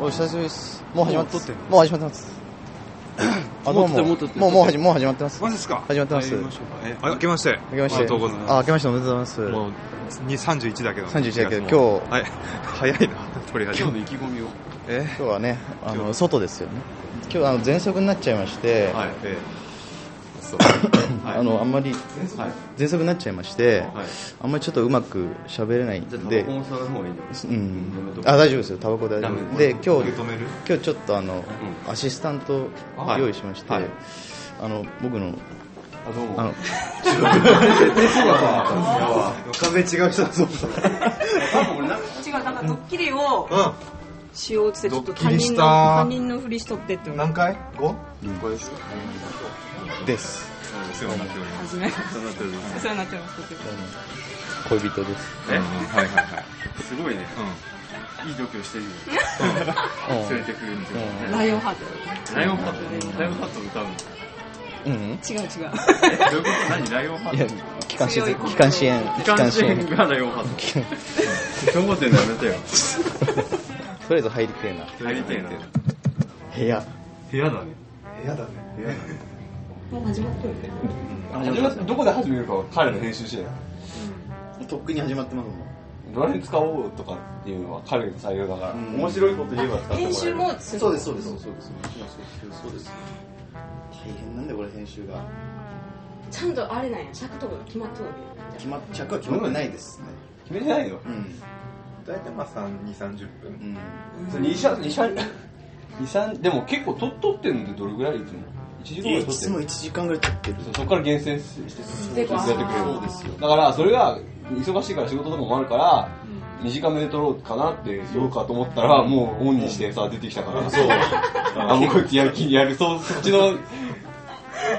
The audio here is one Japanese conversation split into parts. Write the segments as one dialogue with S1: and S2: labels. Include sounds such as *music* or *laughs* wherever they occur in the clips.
S1: 久しぶりです。もう始まってます。
S2: も
S1: もう始まってます。
S2: *coughs*
S1: あどうも
S2: もう撮ってる
S1: もうもう始もう始まってます。
S3: マジですか
S1: 始まってます
S3: 入りしょうかえあ明けまして。
S1: 明けまして。
S3: ありがとうございます
S1: あ、明けましておめでとうございます。
S3: もう、に31だけど。
S1: 31だけど
S3: 1月も
S1: 今日
S3: はい。早いな、取り始
S2: 今
S3: め
S2: 日の意気込みを。
S3: え
S1: 今日はね、あ
S3: 今
S1: の
S3: 日
S1: 外ですよね。今日あの喘息になっちゃいまして、
S3: はい。ええそう。
S1: *coughs* あのあんまり
S2: はい。
S1: 喘息になっちゃいまして、
S2: はい。
S1: あんまりちょっとうまく喋れないん
S2: じゃあ、タバ
S1: で
S2: コ、も探す方がいいんじゃない
S1: う
S2: や
S1: ん
S2: め、とこ
S1: あ大丈夫ですよ。タバコ大丈
S2: ダ
S1: 夫
S2: メ
S1: で今
S3: 今
S1: 日
S3: 日止める
S1: 今日ちょっとあの、アシスタントを用意しまして、
S2: はいはい
S1: あの僕の
S2: あ、どうも。
S1: あの
S3: 風違う人だぞ。
S4: 違う、なんかドッキリをしようって言って、ちょっと他
S3: ドッキリ
S4: 人
S3: し
S4: の、
S3: た
S4: 他人のふりしとってって思う。
S3: 何回 ?5?
S1: です
S3: お世話になっておりま
S4: 初
S3: す。
S4: め、
S3: お世話になっております。
S4: お世話になっちゃいます。
S1: 恋人です。
S3: えはいはいはい。
S2: すごいね。
S3: う
S2: いい度胸してるよ。
S1: うん
S2: 連れてくるみたいなね。
S4: ライオンハート。
S2: ライオンハット、ライオンハット歌うの。
S1: うん
S4: 違う違
S1: *laughs*
S4: う。
S2: え、どういうこと何ライオンハ
S1: いや
S2: ット、
S1: 機関支
S4: 強い
S1: 機関支援、
S2: 機
S1: 機関
S2: 関
S1: 支
S2: 支
S1: 援。
S2: 援
S1: と
S2: がライオンハッ *laughs* ト。兵庫店でやめ
S1: *laughs*
S2: てよ。
S1: りあえず入りてえな。
S2: 入りたいな。
S1: 部屋。
S2: 部屋だね。部屋だね。
S4: もう始まってる。
S2: 部屋だね。どこで始めるか彼の編集して
S1: とっくに始まってますもん。
S2: どれ使おうとかっていうのは彼の採用だから、面白いこと言えば使ってもらえる。
S4: 編集もする。
S1: そうです、そうです、そうです。そうです。大変なんだよ、これ、編集が。
S4: ちゃんとあれなんや、尺とか決まっとるわ
S1: 決まっ、着は決まってないですね。
S2: 決めてないの
S1: うん。
S3: 大体まあ3、2、30
S1: う
S3: 分。
S1: ん。
S2: それ二社二社二三でも結構と撮ってるんでどれぐらいいつも一時間ぐらい撮
S1: い
S2: って
S1: つも
S2: る
S1: 1時間ぐらい撮ってる。
S2: そうそこから厳選してず
S4: け。
S2: っとやってくれる
S1: そうですよ。
S2: だからそれが忙しいから仕事とかもあるから短めで撮ろうかなって言おうかと思ったらもうオンにしてさ出てきたからそうあもうこいつやる気にやるそうそっちの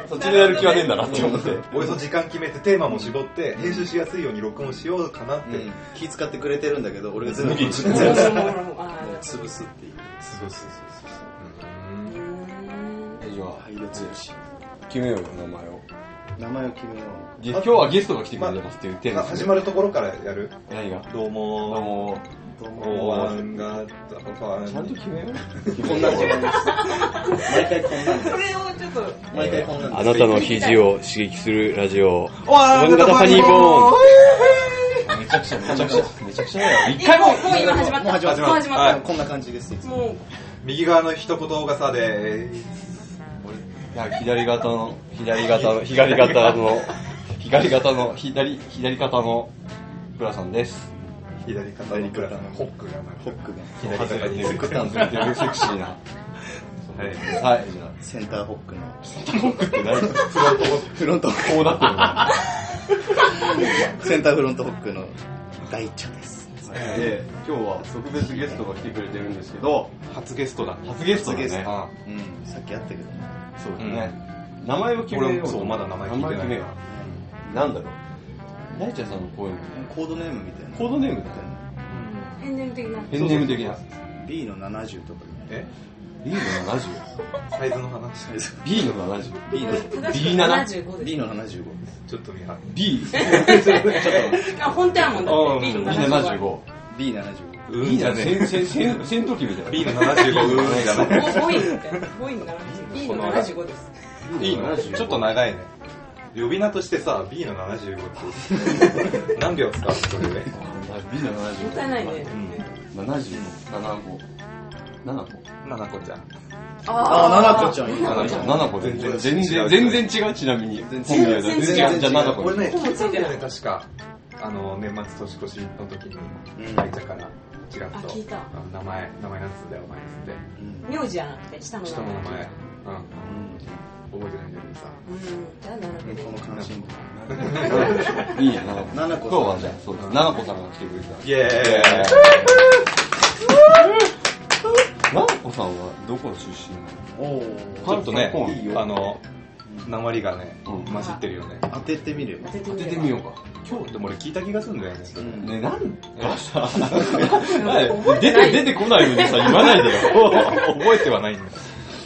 S2: そっちのやる気はねえんだなって思って
S3: およそ時間決めてテーマも絞って、編集しやすいように録音しようかなっ
S1: う
S3: て。
S1: ん。気使ってくれてるんだけど、俺が全部
S2: 無理に
S1: 全部
S2: し
S4: ほらほ
S1: 潰
S4: らほらほらあー
S1: すっていう。
S4: うーん
S2: じゃ
S1: 配慮強し。
S2: あ決めようよ名前を
S1: 名前を決めよ
S2: で今日はゲストが来てくれてますっていうテーマです
S3: 始
S2: ね
S3: まるところからやる
S2: 何が
S3: どうも
S2: どうも
S1: う。どう
S3: お
S1: も。
S3: わんが、おわん
S2: ちゃんと決めよう
S1: こんな時間です。 *laughs* 毎回こんなんで
S4: それをちょっと、
S1: す。毎回こんなんです。
S5: あなたの肘を刺激するラジオ。
S3: おわ
S5: んがサニーボー
S2: めちゃくちゃ、めちゃくちゃ、めちゃくちゃだよ。一回も、
S4: もうもう今始まった。
S1: もう始まった
S4: もう始まっ
S1: こんな感じです。いつ
S4: た。
S1: も
S4: もう、
S3: 右側の一言がさで、
S2: いや左肩の、左肩の、左肩の、 *laughs* 左肩の、左、左肩の、ブラさんです。
S3: 左肩のブラのホックがなんか
S1: ホックが。
S2: 左
S3: 肩が
S2: にセク
S1: タン
S2: シーな。
S3: はい
S2: はい、じゃ
S1: センターホックの。
S2: あ、僕って大丈夫
S1: フロントホッ
S2: こうなってるな。
S1: ク。センターフロントホックの大茶です。
S2: で、今日は特別ゲストが来てくれてるんですけど、
S3: 初ゲストだ。
S2: 初ゲストだね。
S1: 初ゲス
S2: あ
S1: うん。さっきあったけどね。
S2: そうだね。名前を決めよ
S3: 俺もそうまだ名前聞いてない
S2: 名前決めようなんだろう。大ちゃんさんの声もね、
S1: コードネームみたいな。
S2: コードネームだよね。
S1: ね。
S4: エンディング的な。
S2: ペンネーム的な。
S1: B の70とかね。
S3: え
S2: B の 70?
S3: サイズの話
S2: B の 70?
S1: B の、
S2: B7?
S4: 75
S1: B
S4: で
S1: の75です。
S3: ちょっと見張る。
S2: B?
S4: す。あ、本店やもんだって。B の
S2: B75。
S4: 75。
S1: B75。
S3: う
S2: B
S3: ん
S2: じ
S3: じ
S2: ゃ
S3: ゃ
S2: ね
S3: ね
S2: え。戦戦戦闘機みたい
S3: B の75、うーんじゃね
S4: ボインみたいな。ボイン75。B の75です。
S2: な。
S3: いいのちょっと長いね。呼び名としてさ、B の75って。何秒使うそれで。
S2: B の75。
S4: もったいないね。
S2: 70、7個。7個。
S3: ななこちゃん。
S1: あ、7個
S4: ゃ
S1: ちゃんいいな。
S2: 7個。7個。全然、全
S3: 違
S2: 然、
S3: う
S2: 全然違う、ちなみに。全
S4: 然違う
S2: 全然違う。じゃあ7個
S3: これ
S2: に。
S3: ね、
S4: ほぼ
S3: 聞い
S4: つ
S3: た
S4: い
S3: ん
S4: て
S3: だ
S4: ない
S3: よね、確か。あの、年末年越しの時に、
S1: うん
S3: 大ちゃんから、ちらっと。
S4: あ聞いた
S3: あの名前、名前なんつうんだよ、お前っつって。
S1: うん
S4: 名字じゃなくて、下の名
S3: 下
S4: 前。
S3: の名前、うん、覚えてないんだけど
S4: うん。
S3: さ。
S4: じゃあ
S1: うん。この関
S2: い
S1: 心。
S2: いや、7個。
S1: 7個
S2: 今日はじゃあ、そうです。7個さんが来てくれた。
S3: イエ
S2: 7個さんはどこの出身
S1: お
S2: ち
S3: ち
S2: ょ
S3: ょ
S2: っ
S3: っ
S2: と
S3: と
S2: ね
S3: ね
S2: いい、よ
S3: あの、鉛がね、
S2: うん
S3: 混じってるよね。
S1: 当ててみれば。
S4: 当
S2: 当
S4: て
S2: て
S4: て
S2: て
S4: み
S2: み
S4: よ
S2: よ
S4: う
S2: うか。
S3: 今日でも俺聞いた気がするんだよね。それ
S1: うん
S2: ね、なんかさ、
S4: えて
S2: 出
S4: ない
S2: て、出てこないのにさ、言わないでよ。
S3: 覚えてはないんだよ。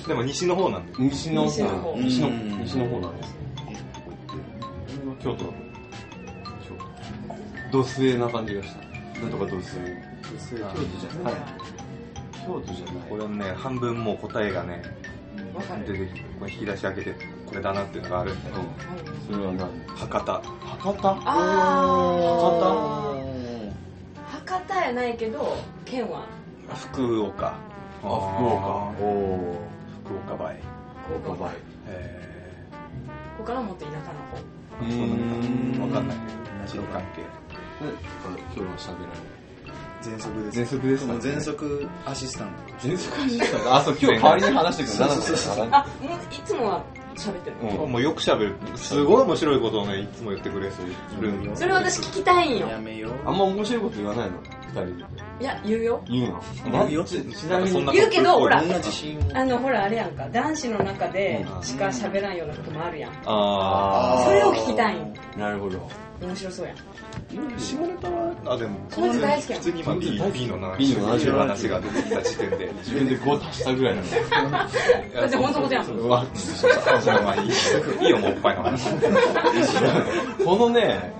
S3: でも西の方なんだよ。
S2: 西の
S4: 西の方
S2: 西の
S1: うん
S2: 西の方なんです京都京都どすえな感じがしたなんとかどすえ
S1: そういう
S2: 京
S1: 競技じゃない。
S2: はい京都じゃない
S3: これね半分もう答えがね
S4: わか
S3: 出
S4: る。
S3: てきてこれ引き出し開けてこれだなっていうのがあるんで
S2: それは何
S3: 博多
S2: 博多
S4: あ
S2: 博
S6: あ博多やないけど県は
S3: 福岡
S2: 多あ福岡おー
S3: 福岡バイ
S2: 福岡バイ
S3: え
S6: ここからもっと田舎の方
S2: う
S3: ー、そんなわかんないいけど関係
S2: 今日は喋らない
S1: 全速です。
S2: 全速ですか
S1: 全速アシスタント。
S2: 全速アシスタントあそう今日代わりに話してくれ
S1: そうそうそうそう
S2: なか
S6: あもういつもは喋ってる
S2: ったうん
S3: もうよくしゃべるすごい面白いことをねいつも言ってくれるるんで
S6: それ私聞きたいんよ
S1: やめよ
S2: あんま面白いこと言わないの二人で
S6: いや言うよ
S2: 言うの
S1: 言うよ
S2: ちちなみ
S3: そん
S2: に
S3: な
S6: 言うけどほ
S1: う。
S6: ら
S1: こんな自信を。
S6: あのほらあれやんか男子の中で
S2: うん
S6: しか喋らんようなこともあるやん
S3: あ
S1: あー
S6: それを聞きたいんよ
S2: なるほど
S6: 面白そうやん
S3: あ下ネタはあでも
S6: そいつ大好きやん
S3: 普通に今 B, B の話
S2: B の話
S3: の話が出てきた時点で
S2: 自分で5足したぐらいなんだ
S6: だって本当のことやん
S2: うわ
S3: それはまあいいいいよもうおっぱいの話
S2: このね、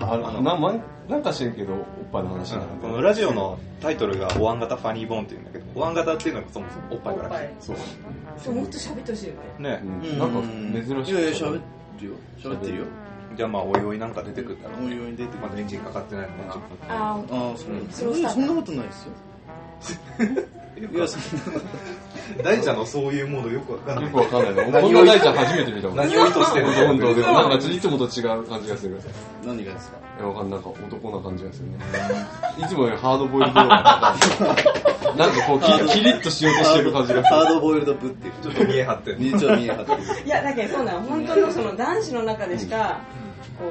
S2: あのなまんなんかしてんけど、おっぱいの話なん
S3: こ
S2: で。
S3: のラジオのタイトルが「お椀型ファニーボーン」っていうんだけどお椀型っていうのがそもそもおっぱいから来てるそう
S6: そうもっと喋ってほしいよね
S3: ね
S2: うんなんか珍しい。
S1: いやいや、喋ってるよ。喋ってるよ。
S3: じゃあまあおいおいなんか出てくるだろう
S1: おいおい出てく
S3: ま
S1: る。
S3: だエンジンかかってないのか
S6: ああ
S1: ああ、それ。
S6: スロースタート
S1: そんなことないですよ。
S3: ない
S1: や、そんな。
S3: 大ちゃんのそういうモードよくわかんない
S2: よくわかんないな。こんな大ちゃん初めて見たもん。
S3: 何を意図して *laughs* る
S2: 本
S3: の
S2: 当でもなんかちょっといつもと違う感じがする。
S1: 何がですか
S2: いや、わかんない。なんか男な感じがするね。 *laughs* いつもよりハードボイルドなんかこうキ、キリッとしようとしてる感じがす
S1: ハ
S2: る。
S1: ードボイルドぶっていう。
S3: ちょっと見え張ってる
S1: 見えちゃう見え張ってる。
S6: いやだけどそうなん本当のその男子の中でしかこ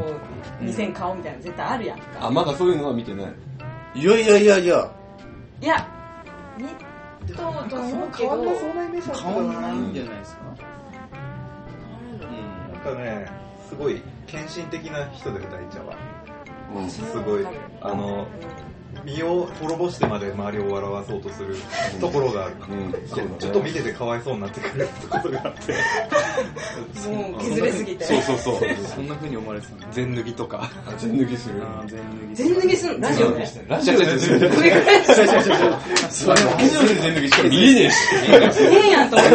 S6: う見せん顔みたいなの絶対あるやんか
S2: あ、まだそういうのは見てない。
S1: いやいやいやいや。
S6: いやねとと思うけど
S1: 変わらないんじゃないですか
S3: なんかねすごい献身的な人で大ちゃんは
S2: うん。
S3: すごいあの身を滅ぼしてまで周りを笑わそうとするところがある
S2: うん。
S3: いやちょっと見ててかわいそうになってくるところがあって
S6: もう削れすぎて
S3: そうそうそう
S1: そんな風に思われてたんだ。
S3: 全脱ぎとか
S2: 全抜きする。
S1: ああ、全脱ぎ。
S6: 全脱ぎするラジオで
S2: ラジオで全抜き。
S6: 繰り返し
S1: それは
S2: ラジオで全抜きしか見えねえし。
S6: 変やんと思っ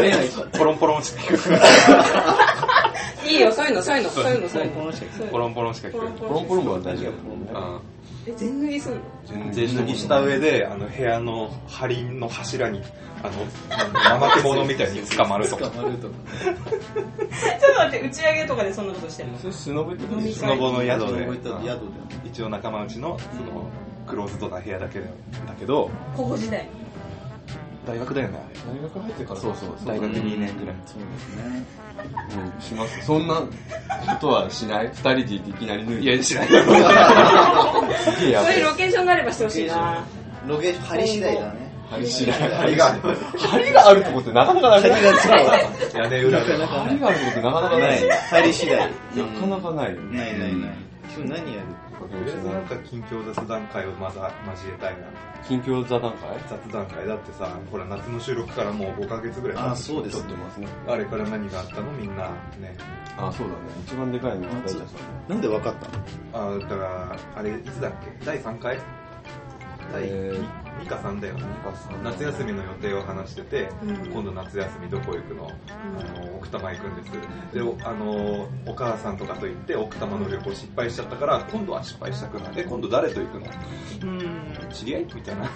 S6: て
S3: ポロンポロンしか聞こ
S6: いいよそういうのそういうのそういうのそういうの
S1: この人
S6: そういう
S3: えない
S6: の
S3: ポロンポロンしか聞
S6: ポ
S3: こ
S6: ロン
S3: え
S2: ポロンポロンは大丈
S3: ないうん
S6: え全脱ぎするの
S2: 夫。
S3: 全脱ぎした上で、あの部屋の梁の柱に、あの、怠け者みたいに捕まるとか。
S1: 捕まるとか。
S6: ちょっと待って打ち上げとかでそんなことしてんの
S2: それスノボってこと
S6: 飲
S2: で
S6: み
S2: し
S3: スノ
S6: 会
S3: ボの
S1: そ
S3: 宿
S1: う
S3: で
S1: こういった宿、で。
S3: 一応仲間内の、その、クローズドな部屋だけだけど、
S6: 高校時代
S3: 大学だよね、
S2: ょ大学入ってから
S3: そうそう、大学2年ぐらい。
S1: そうですね。
S2: うん、します。そんなことはしない二人でいきなり脱いで。
S3: いや、知らない。
S2: すげえや
S6: そ
S2: ばい
S6: れ。ロケーションがあればしてほしいな
S1: ロケーション、針次第だね。
S2: 針しない。
S3: 針がある。
S2: 針があるってことってなかなかなく
S1: *laughs*
S2: ない。
S3: 屋根裏で。
S2: 針があるってことってなかなかな。
S1: ないい。針次第。
S2: なかなかないよね。
S1: ないないない。今日何やる
S3: とりあえずなんか近況雑談会をまだ交えたいな。
S2: 近況座談会
S3: 雑談会だってさ、ほら夏の収録からもう5ヶ月ぐらい経つ
S1: あ、そうです
S2: 撮っ。てますね。
S3: あれから何があったのみんな、ね。
S2: あ、そうだね。一番でかいのが大ちゃんさん。
S1: なんでわかったの
S3: あだからあれいつだっけ第3回第
S2: えー
S3: 2か3だよね夏休みの予定を話してて、
S6: うん
S3: 今度夏休みどこ行くの,、あの奥多摩行くんですでおあのお母さんとかと行って奥多摩の旅行失敗しちゃったから今度は失敗したくないで今度誰と行くのうん知り合いみたいな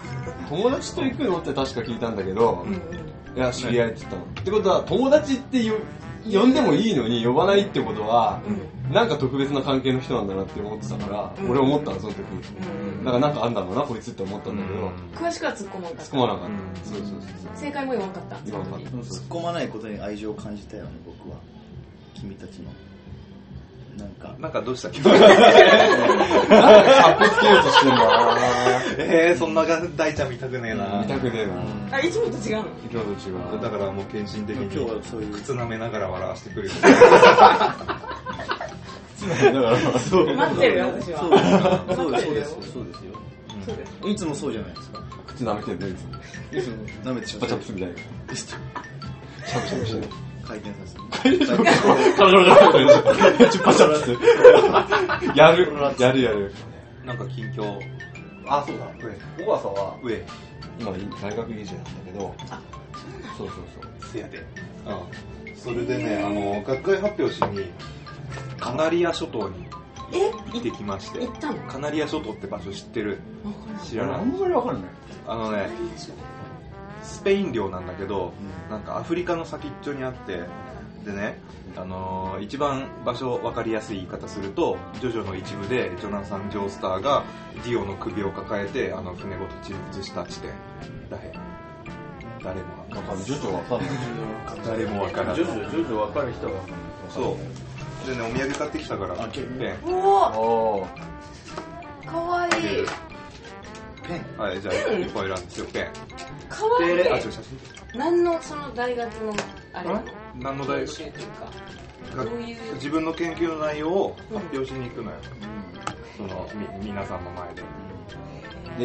S2: 友達と行くのって確か聞いたんだけど
S6: うん、
S2: いや、知り合いって言ったの。ってことは、友達ってよ呼んでもいいのに呼ばないってことは、なんか特別な関係の人なんだなって思ってたから、
S6: うん
S2: 俺思ったの、その時。
S6: うん
S2: なんかなんかあんだろうな、こいつって思ったんだけど、
S6: 詳しくは突っ込まんかっ
S2: 突っ込まなかっ
S3: うん
S2: た。そうそうそう
S6: た正解も言わんかった
S2: 言わんかった
S1: 突っ込まないことに愛情を感じたよね、僕は。君たちの。なんか。
S3: なんかどうしたっけ
S2: そう。かっこつけようとしてんだ
S3: えー、そんなが大ちゃん見たくねえ
S2: な
S3: な
S2: 見たくねえな。
S6: あいつもと違うの
S2: 今日と違う。
S3: だからもう献身的
S1: 今日は
S3: に
S1: そういう。
S3: 靴舐めながら笑わせてくるよ
S2: だから、そう。
S6: 待ってるよ私
S1: そ
S6: は
S1: うですそうですそうですよ。そうですよ。
S6: そうです
S1: いつもそうじゃないですか。
S2: 口舐めてるね、いつも。
S1: いつも舐めてし
S2: バチャ
S1: う
S2: プ。スみたいな。しゃぶしゃぶしてる。
S1: 回転させて。
S2: カラカラカラカ *laughs* ラ。チュッパチャプス。やる、やるやる。
S3: なんか近況
S2: あ、そうだ。小川さんは、
S3: 上
S2: 今、大学理事なんだけど、そうそうそう。
S3: せてうんそれでねあの学会発表しにカナリア諸島に
S6: え
S3: 行ってきまして
S6: 行ったの
S3: カナリア諸島って場所知ってる
S6: わからん
S3: 知らない
S2: あんまりわかんない。
S3: あのねスペイン領なんだけ
S1: う
S3: ど、
S1: ん
S3: なんかアフリカの先っちょにあってでね、あのー一番場所分かりやすい言い方するとジョジョの一部でジョナサン・ジョースターがディオの首を抱えてあの船ごと沈没した地点らへん誰も
S2: わかんない。ちょっとわかんない。
S3: 誰も分からない
S7: 徐々に徐々分かる人は
S3: そうでねお土産買ってきたから
S1: あけ
S3: ペン
S4: お
S2: あー
S4: ー、かわいい。
S1: ペン
S3: はいじゃあ
S6: ペン
S3: 横選んですよペン
S6: かわいい
S3: であ違う写真
S6: 何のその大学のあれなの
S3: 何の
S6: 研
S3: 大学
S6: 究というか
S3: が
S6: どういう
S3: 自分の研究の内容を発表しに行くのよ、そのみ皆さんの前で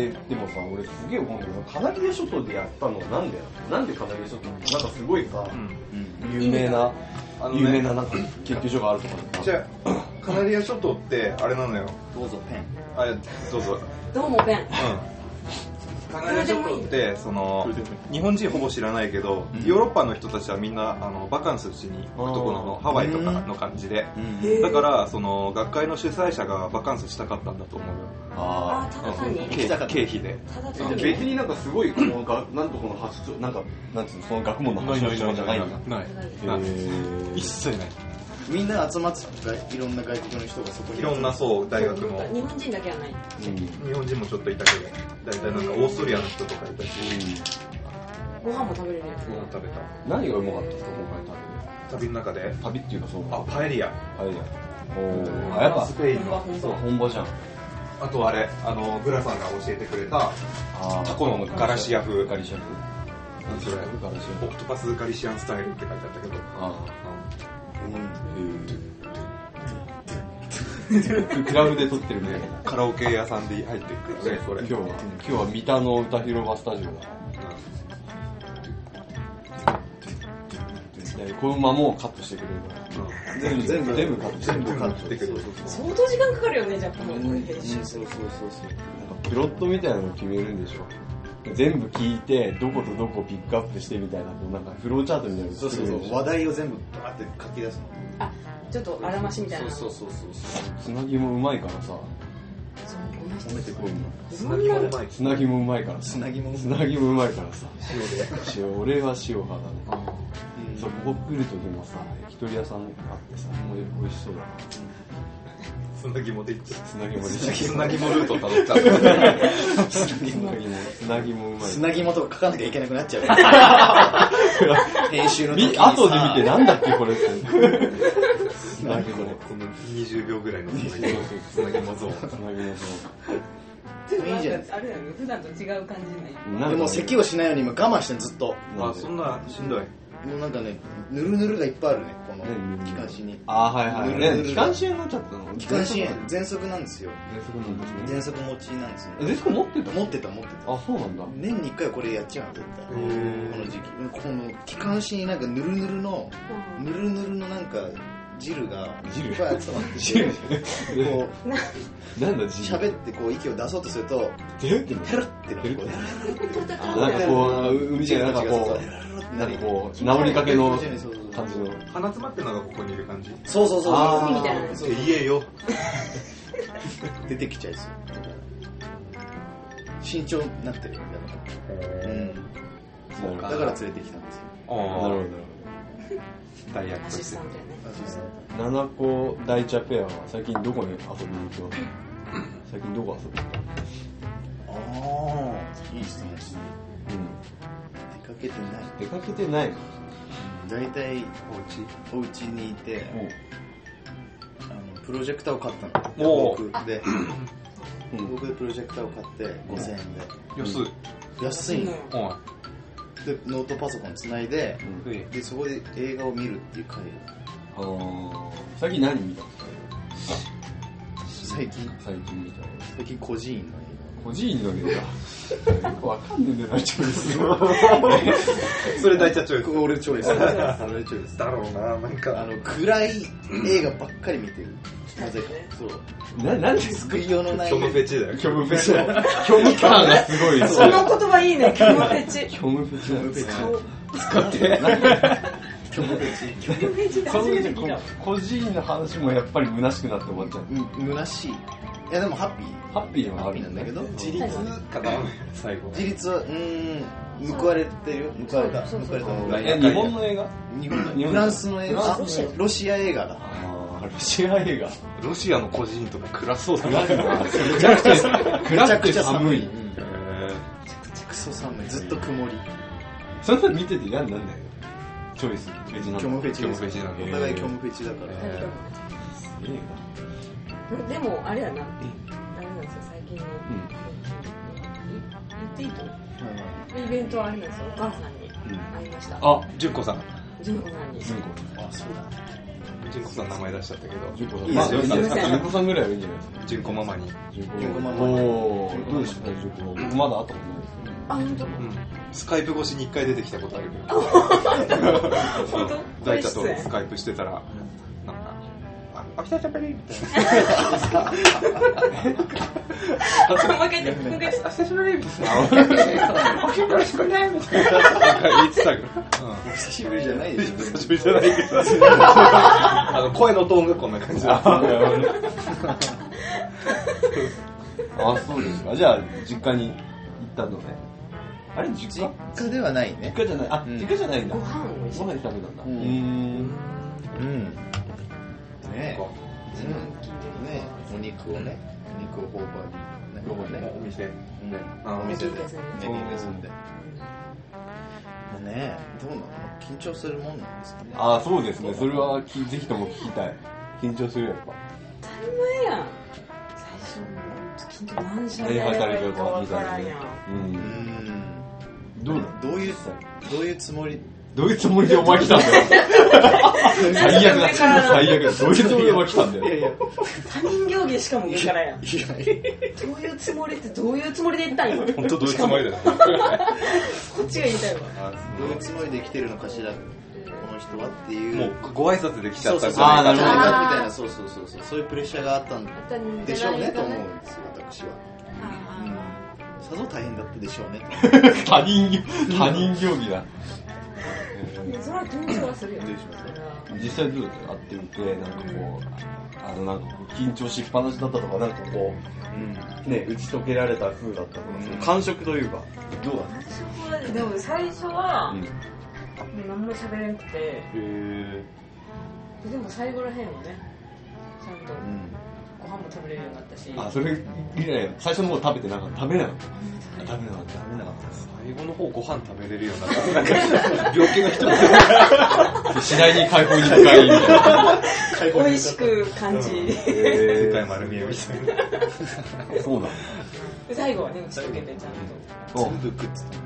S2: で、でもさ、俺すげえ思うんだけど、カナリア諸島でやったのなんでやなんでカナリア諸島なんかすごいさ、有名な、
S3: あのね
S2: 有名ななんか研究所があるとかね
S3: じゃあカナリア諸島ってあれなのよ
S1: どうぞペン
S3: あどうぞ
S6: どうもペン
S3: うんカナリア諸島ってその日本人ほぼ知らないけど、
S1: うん
S3: ヨーロッパの人たちはみんなあのバカンスしに行くところのハワイとかの感じで、
S1: うん
S3: だからその学会の主催者がバカンスしたかったんだと思うよ
S6: あ
S1: あ
S6: ただ単に
S3: 経
S1: したかった
S3: 経費で
S6: ただ
S2: じゃあ
S6: 単に
S2: 別になんかすごい、このが、なんとこの発祥、なんか、なんつうの、その学問の発祥とかじゃないんだ。
S3: な
S2: へ
S3: い
S2: ー
S3: 一切な
S1: ー
S3: い
S1: みんな集まってたいろんな外国の人がそこに
S3: いろんなそう大学も
S6: 日本人だけはない
S2: うん
S3: 日本人もちょっといたけど大体なんかオーストリアの人とかいたし
S6: ご飯も食べれるやつ
S3: ご飯食べた
S2: 何がうまかったですか、今回旅
S3: 旅の中で
S2: で。旅っていうか、そう。
S3: あパエリア
S2: あれだよ。おー、あ、やっぱ
S3: ス、ペインの
S2: そう、本場じゃん。
S3: あとあれあのグラさんが教えてくれた
S2: あー
S3: タコのガラシア風
S2: ガリシア風。
S3: 何それ
S2: ガラシア
S3: オクトパスガリシアンスタイルって書いてあったけど
S2: あ
S1: うん
S2: ークラブで撮ってるみたいな。
S3: カラオケ屋さんで入ってくるねそれ
S2: 今日は、今日は三田の歌広場スタジオだ。でこの間もカットしてくれるから。
S1: 全部全部
S2: 全部カットして
S1: 全部カッ
S3: っ
S1: ト
S3: てけど
S6: 相当時間かかるよねじゃあこの編集
S1: そうそうそうそう
S2: なんかプロットみたいなのを決めるんでしょ全部聞いて、どことどこピックアップしてみたいな、こうなんかフローチャートみたいなの
S1: そう
S2: 作
S1: そ
S2: るん
S1: うそ
S2: でし
S1: う
S2: ょ
S1: 話題を全部バーって書き出すの
S6: あちょっとあらましみたいな
S1: そうそうそうそう
S2: つなぎもうまいからさ、
S6: そうこの人
S1: 褒めてこい
S3: つなぎもうまい
S2: つなぎもうまいから
S1: つ
S2: さ、
S1: なぎも
S2: つなぎもうまいからさ、
S3: 塩で
S2: 塩、俺は塩派だね。
S1: うん
S2: そう、ここ来るとでもさ、焼き鳥屋さんあってさ、もう美味しそうだな。
S3: つなぎもできちゃ
S2: つなぎもで
S3: う
S2: し
S3: つなぎもルートたどっちゃう
S2: つなぎも、つなぎもうまい。
S1: つなぎもとか書かなきゃいけなくなっちゃう *laughs* 編集の時に
S2: み
S1: さ
S2: 後で見てなんだっけこれって。つなぎも。
S3: この20秒ぐらいのつなぎもつなぎもゾーン
S2: つなぎもそ
S6: ちょっと
S1: いいじゃ
S6: な
S1: なんい
S6: かあれだよね普段と違う感じない
S2: うんなんか
S1: でも咳をしないように今我慢してんずっと
S3: あそんなしんどい
S1: もうなんかねぬるぬるがいっぱいあるねこの
S2: ね
S1: 気管支に
S2: あーはいはい。
S1: ぬるぬ
S2: ね、
S1: る
S2: 気管支炎になっちゃったの
S1: 気管支
S2: 喘
S1: 炎喘息なんですよ
S2: 息なんですね。
S1: 喘息持ちなんです
S2: え
S1: ね
S2: デスク持ってた
S1: 持ってた持ってた
S2: あ、そうなんだ。
S1: 年に1回これやっちゃうの絶対この時期この気管支になんかぬるぬるのぬるぬるのなんか汁が
S2: 汁
S1: いっぱい集まって
S2: 汁
S1: てこう
S2: なんだ、じ
S1: 喋ってこう息を出そうとすると
S2: てるっての
S1: ヘルってなるこう
S2: なんかこう、海じゃないなんかこう、なんかこう、治りかけの
S1: そうそうそう
S2: 感じの。
S3: 鼻詰まってるのがここにいる感じ
S1: そうそうそう
S2: あー
S6: みたいな
S1: そう
S3: 言えよ
S1: 出てきちゃいそう慎重になってるよね
S2: そうか
S1: だから、うん、だから連れてきたんですよ
S2: なるほど。
S3: 大役
S6: ア
S3: と
S6: シ
S3: し
S6: ス
S3: て
S6: タントやね
S2: 七子大茶ペアは最近どこに遊びに行ってます最近どこ遊びに行った
S1: ああいい質問ですね
S2: うん。
S1: 出かけてない
S2: 出かけてないの
S1: 大体
S3: おうち
S1: お家にいてあのプロジェクターを買ったの
S3: お
S1: 僕で
S2: うん
S1: 僕でプロジェクターを買って5000円
S3: 安い
S1: で安いの
S6: う
S3: おい
S1: でノートパソコンつないで
S2: うん
S3: い
S1: でそこで映画を見るっていう回
S2: あー最近何見たんですか
S1: 最近
S2: 最近見たの
S1: 最近孤児院の映
S2: おじいにのりだ。よくわかんねえんだよな、ちょいですよ。
S3: それ大茶チョイス。
S1: 俺チョイス。俺チョイス。
S3: だろうな、なんか。
S1: あの、暗い映画ばっかり見てる。なぜか。そう。
S2: な、なんです
S1: 救いようのない。
S3: 虚無フェチだよ。
S2: 虚無フェチ。虚無感がすごい。
S6: その言葉いいね、キムペチ。
S2: 虚無フェチなんですか。
S1: 使って。虚無フェチ。
S6: キムペチで
S2: そ
S6: 初
S2: の
S6: めて
S2: 時
S6: 聞いた。
S2: 個人の話もやっぱり虚しくなって終わっちゃう。
S1: む、虚しい。いや、でもハッピー。
S2: ハッピーは
S1: ハ
S2: あ
S1: ッピ
S2: る
S1: ーなんだけど、自立、
S3: かな最後。
S1: 自立は、うーん、報われてるよ。報われた。報われた方がいい
S2: いや、日本の映画
S1: 日本のフランスの映画。
S6: ロシア
S1: ロシア映画だ。
S2: ああ、ロシア映画。
S3: ロシアの個人とか暗そうだ
S2: 暗
S3: な。
S2: いなめちゃくちゃ、
S1: めち
S2: 暗
S1: ゃ
S2: く
S1: く
S2: て
S1: ちゃ
S2: 寒
S1: 寒い
S2: い。。
S1: クソ寒い。ずっと曇り。
S2: そんなの見てて嫌になんないよ。チョイス、ベジなんだ
S1: 虚無フェチです。
S3: 虚無フェチなんだ
S1: お互い虚無フェチだから。
S2: いいね
S6: でも、あれやな。あれなんですよ、最近の。言っていいとイベントはあれなんですよ、お母さんに会いました。
S3: あ、純子さん。
S6: 純子さんに。
S2: 純子。
S1: あ、そうだ。
S3: 純子さん名前出しちゃったけど。
S2: 純子さ
S1: い
S2: ん。
S1: いで
S2: まあ、
S1: すよ
S2: 純
S1: いい
S6: ですよ
S2: 子さんぐらいはいいんじゃないですか。
S3: 純子ママに。
S2: 純
S1: 純子ママ
S2: おー、どうでした純子ママ僕まだ会ったことないですけど。
S6: あ、本当
S3: スカイプ越しに一回出てきたことあるけど。
S6: 本当
S3: 大ちゃんとスカイプしてたら、なんか、あ、あ、来たちゃんぱりみたい
S6: もう一回言って、もう一回言って
S3: な。あ、久しぶりみたいな。およろしくねみたいな。なんか言ってたから。うん。
S1: 久しぶりじゃないでしょ。
S3: 久しぶりじゃないけど。あの、声のトーンがこんな感じだった。
S2: あ、そうですか。じゃあ、実家に行ったのね。あれ、実家
S1: 実家ではないね
S2: 実。家じゃない。あ、
S1: うん
S2: 実家じゃないんだ。
S6: ご飯を美味しい
S2: ご飯で食べたんだ。
S1: う
S2: うんーん。
S1: うん。ねえ。うん。ねえお肉をね、お肉を頬張り、なんかね、
S3: お店。
S1: うん
S3: あ
S1: お店で、
S6: 焼
S1: ね
S6: き肉屋さんね、
S1: リースんで。まあねえ、どうなの緊張するもんなんですかね。
S2: あ、そうですね。それはき、ぜひとも聞きたい。緊張するよやっぱ。
S6: 前やん。最初、緊張何社で
S2: 礼
S6: や
S2: 拝
S6: れ
S2: さ
S6: ば
S2: れ
S6: い
S2: て
S6: い
S2: る
S6: か
S2: か
S6: わ
S2: み
S6: か
S2: た
S6: らん
S2: いな
S6: やん。。
S2: う。
S1: うんん。
S2: どうだ
S1: どういう、どういうつもり
S2: どういうつもりでお前来たんだよ。最悪だ。最悪だ。どういうつもりでお前来たんだよ。
S1: いや。
S6: 他人行儀しかも上からやん。ど
S1: いや
S6: ういうつもりって、どういうつもりで言ったんや。こ
S3: 本当どういうつもりだよ。
S6: っちが言いたいわ。
S1: どういうつもりで来てるのかしら、この人はっていう。
S3: もう、ご挨拶できちゃ
S1: そう
S3: っ
S1: そう
S3: たか
S1: そう。
S2: あ
S3: ら
S2: ーなるほど
S1: みたいな、そうそうそうそう。そういうプレッシャーがあったんでしょうねと思うんですよ、私は。さぞ大変だったでしょうね。
S2: 他人行、他人行儀だ。
S6: いやそれは緊張はするよ。
S1: でしょうね
S2: 実際どうだった会ってみて、なんかこう、あのなんかこう緊張しっぱなしだったとか、なんかこう、ね、打ち解けられた風だったとか、その感触というか、どうだった
S6: 最初はでも最初は、
S2: うん
S6: もう何も喋れなくて、
S2: へ
S6: でも最後らへんはね、ちゃんと
S1: うん。
S6: ご飯も食べれるようになったし、
S2: あ、それ以来、最初の方食べてなかった。食べなかった。食べなかった。食べなかっ
S3: 最後の方ご飯食べれるようになった。なんか、病気の人みたい
S2: たで。次第に解放に向かい、みたい *laughs* な。
S6: 美味しく感じ、
S3: な世
S2: へ
S3: 界丸見えみたいな。
S2: ーそうなんだ。
S6: で最後はね、打ち解けてちゃん
S2: お
S1: 全部食って
S6: と。
S1: た。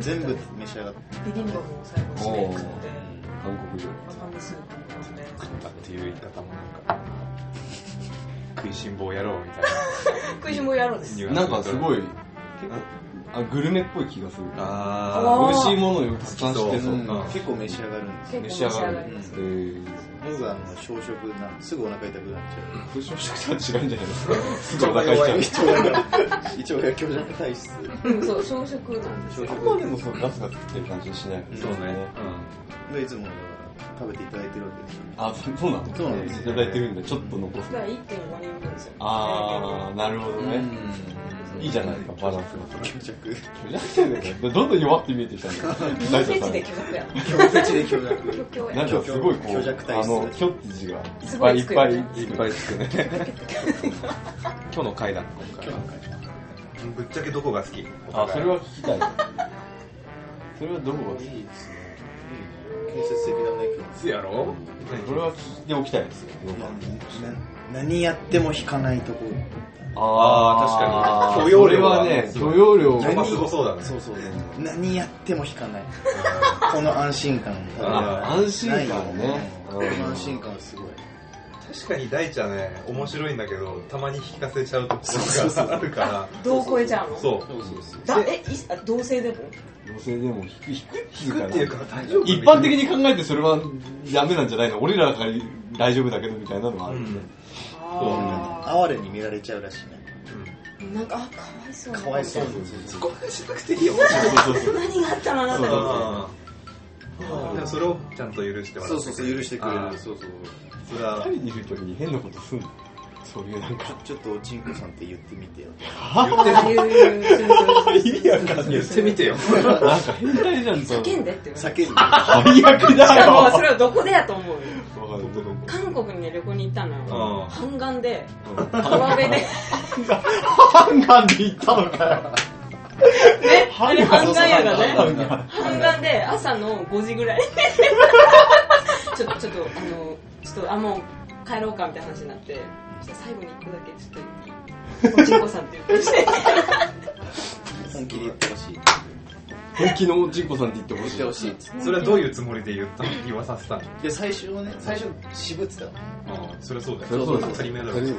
S1: 全部召し上がって。
S6: ビビンバも最後締めくって、
S2: 韓国料
S6: わかめスープも飲んで、
S3: っていう言い方もなんか、食いしん坊やろうみたいな
S6: 食いしん坊やろうです。
S3: ニ
S2: 理。
S3: ュア
S2: な
S3: ンス
S2: んかすごい、あ、グルメっぽい気がする。
S3: あ
S6: あー
S2: 美味しいものをたくさん知って
S3: そ
S2: そうう。
S3: ん
S1: 結構召し上がるんです
S2: 召
S1: よ。
S6: 結
S2: し上
S6: 構召し上
S2: が
S6: が
S2: る
S6: り
S2: ん
S6: ま
S2: ですす。へー
S1: 僕はあの小食なんですぐお腹痛くなっちゃう。
S2: 不祥食とは違うんじゃないですか。すぐお腹いっちゃう。
S1: 胃腸が、胃腸が強弱体質。
S6: うん、そう、小食なんです
S1: 小
S6: よ。
S2: あんまで
S1: 食
S2: もそうガツガツ食ってる感じはしないです
S3: そうね。
S1: でいつもだから食べていただいてるわけですよ。
S2: あ、そそうなの
S1: そうなんです
S2: いただいてるんで、ちょっと残す
S6: だ。から1.5人分ですよ。
S2: あー、なるほどね。いいじゃないですか、バランスが。
S1: 強弱。
S2: どんどん弱って見えてきたんだ
S6: ミ
S2: 大
S6: ニフ
S2: 丈
S6: ェ
S2: 夫
S6: チで巨額やろ。
S1: 強弱で強弱。
S6: 巨強
S2: な
S6: や
S2: ん。かすごいこう、
S1: 虚弱体
S2: あ
S1: 質
S2: の、キョッて字がいっぱいいっぱい
S3: いっぱいつくね。今日の回だ、今回。ぶっちゃけどこが好き
S2: あ、それは聞きたい。それはどこが
S1: いいですね。建設的だね、今日。
S3: つやろ
S2: それは聞いておきたいですよ。
S1: 何やっても引かないとこ
S3: あー確か
S2: そ
S3: に許容
S2: れ
S3: 量は
S2: はね、許容量
S3: やっぱ
S2: が
S3: すごそうだね。
S1: そうそう何やっても引かないこの安心感
S2: あ安心感ね
S1: ないよこの安心感はすごい
S3: 確かに大ちゃんね、面白いんだけど、たまに引かせちゃうところがあるから、
S6: どう超えちゃうの
S3: そ
S1: そ
S3: う。
S1: うそうそう
S6: だえいあ同性でも
S2: 女性でも引く、引く、
S3: 引くっていうか、大丈夫
S2: 一般的に考えてそれはダメなんじゃないの俺らだから大丈夫だけどみたいなのはあ
S3: う
S2: る。
S3: ん。
S6: あ
S1: 哀れに見られちゃうらしいね
S6: ーなんかあかわいそう
S1: かわいそう
S3: そこまでしなくていいよ。
S2: そうそうそう。
S6: *laughs* 何があったのあなたに
S3: でもそれをちゃんと許してもら
S1: そうそうそう許してくれ
S3: あ
S1: る
S3: ー
S1: そうそう
S3: それは
S2: 二人いる時に変なことすんのそういうなんか。
S1: ちょっとおちんこさんって言ってみてよ
S6: 言うする
S2: *laughs* 意味わかんない。
S3: 言ってみてよ。
S2: なんか変態じゃん、そ
S6: 叫んでって言
S1: 叫
S6: われる
S1: んで
S2: 最悪
S6: し
S2: だ
S6: *laughs* か
S2: よ。
S6: もそれはどこでやと思うよ
S2: わかる
S6: 韓国にね旅行に行ったのよ
S3: ああ
S6: 半岸で川辺でね
S2: ハンガンで行ったのかよ。
S6: あれ半岸やがね
S2: 半岸
S6: 半岸で朝の5時ぐらいちょっとちょっとあのちょっとあもう帰ろうかみたいな話になってそしたら最後に一個だけちょっとおちんこさんって言って
S1: 本気で言ってほしい
S2: 本気のおちんこさんって言ってほ
S1: 言っ
S2: してい
S1: ほ。しいっつって
S3: それはどういうつもりで言ったの言わさせたの
S1: で最初はね最初渋ってたの
S3: ああそれはそうだよ。
S2: そりゃそうだよ
S3: 当たり前だろ。
S1: でも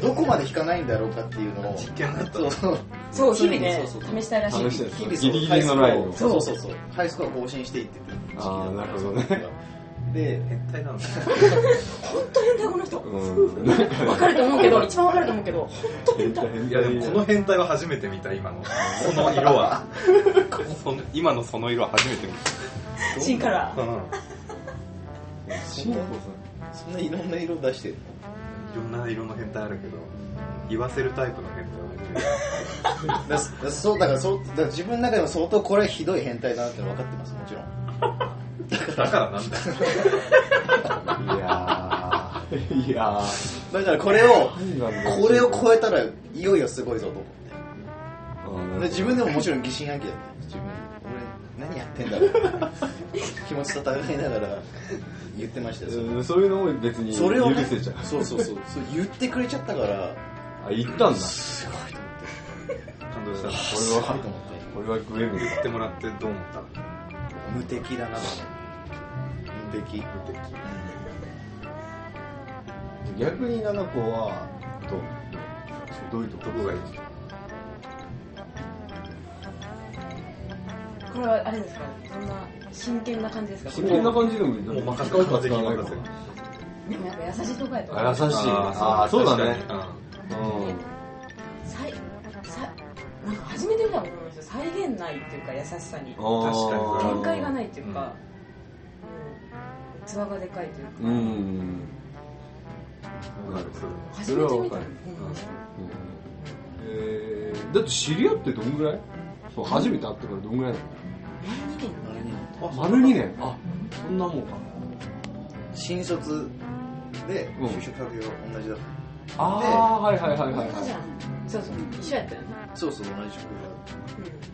S1: どこまで引かないんだろうかっていうのを
S3: 実験だった
S1: そうそう
S6: そう日々ね
S1: そうそう
S6: 試したいらしい
S2: 試したい
S1: 日々
S2: ギリギリのラインを
S1: そうそうそうそうハイスコア更新していってて時期だから
S2: あーなるほどね
S1: で
S3: 変態なんだ。
S6: 本当変態この人
S2: うん。なんか
S6: 分かると思うけど一番分かると思うけど本当
S2: 変態
S6: 変態
S2: 変態。
S3: いやでもこの変態は初めて見た今のその色はその今のその色は初めて見
S6: シンカラー
S3: た、うん、い
S2: ちんこさん。
S1: そんないろんな色出してる
S3: ろんな色の変態あるけど言わせるタイプの変態は初めて
S1: のだだそうだからそうだから自分の中でも相当これはひどい変態だなっての分かってますもちろん
S3: 見ただからなんだよ
S2: いやー、いやー、
S1: だからこれを
S2: 判断が
S1: これを超えたらいよいよすごいぞと思って
S2: あーな
S1: で
S2: る
S1: 自分でももちろん疑心暗鬼だった自分俺何やって
S2: *laughs*
S1: んだろう気持ちと戦いながら言ってましたよ
S2: ほどうんそういうのも別に
S1: それを
S2: 許
S1: ね
S2: せちゃう。
S1: そうそうそうそう言ってくれちゃったから
S2: あ、言った *laughs* んだ。
S1: すごいと思って
S3: 感動した
S1: す
S2: 俺
S1: ごいと
S2: は
S1: 思って
S2: 俺はグエム
S3: 言ってもらってどう思った
S1: 無敵だなと思って無敵
S3: 無敵
S2: 逆に七子はどうどういうとこ
S3: どこがいい
S6: これはあれですかそんな真剣な感じですか
S2: 真剣な感じでもいい
S3: もう任せ
S2: 使う
S3: る
S2: か
S3: 完
S2: 使
S3: 全に
S2: わないか
S3: 任せる
S6: でもやっぱ優しいとこやと
S2: あ優しいあーそうだねう
S6: さいさなんか初めて見たことないですよ再現ないっていうか優しさに
S2: ん
S3: 確かに
S6: 限界が
S2: い
S6: ないっていうか、うん器がでかいというか、
S2: うん
S3: わかる
S6: 初
S3: それ
S6: めて見た
S2: それはわかる
S6: うん
S2: えーだって知り合ってどんぐらいそう初めて会ってからどんぐらいな
S6: 何人
S2: の丸2年あそんなもんか
S1: 新卒で
S2: うん
S1: 就職先が同じだっ
S2: ああーはいはいはいはい
S6: じゃ
S2: はい
S6: んそうそう一緒やったよね、
S1: たそうそう同じ職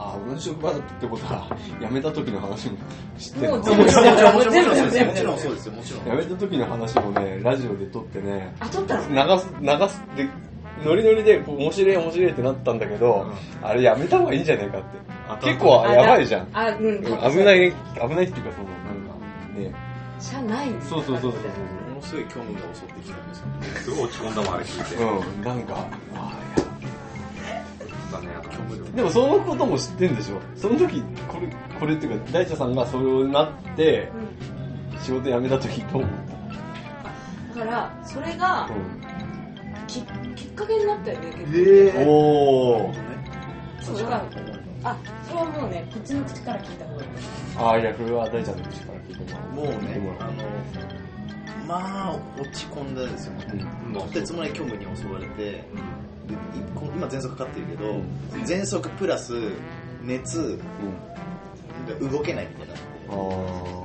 S2: あー同じ職場だったってことは辞めた時の話も知って
S6: うん、
S2: る
S6: もう
S2: の
S1: 場
S6: 全部
S1: もちろんもちろん *laughs*
S6: 全部
S1: も
S6: 全部
S1: ちろんもちろん
S6: 全部全部
S1: そうですよもちろん
S2: 辞めた時の話もねラジオで撮ってね
S6: あ撮ったの
S2: 流す、流すで、ノリノリで、面白い面白いってなったんだけど、あれやめた方がいいんじゃねえかって。結構
S6: あ
S2: やばいじゃん。うん
S6: あうん
S2: 危ない、危ないっていうか、その、なんか、ね。
S6: 車内に
S2: そうそうそうそう
S1: ものすごい興味が襲ってきたんですよ
S3: すごい落ち込んだもんあれ聞いて
S2: そう。うん、なんか、あーい
S3: だねあの話を
S2: やでもそのことも知ってんでしょ。その時、これ、これっていうか、大地さんがそれをなって、仕事辞めた時どう思っ
S6: だからそれが
S2: た
S6: ききっかけになったよね結構
S2: うん、おー。
S6: そうだからあそれはもうねこっちの口から聞いた方がいい
S2: ああ、いや、これは大地さんの口から聞いてもらおう。
S1: もう
S2: 聞いて
S1: ね
S2: もら
S1: あ
S2: おう
S1: のまあ落ち込んだですよね
S3: も
S1: とてつもない虚無に襲われてでいこ今喘息かかってるけど、
S2: うん
S1: 喘息プラス熱
S2: うん。
S1: で動けないみたいになっ
S2: あーなるほ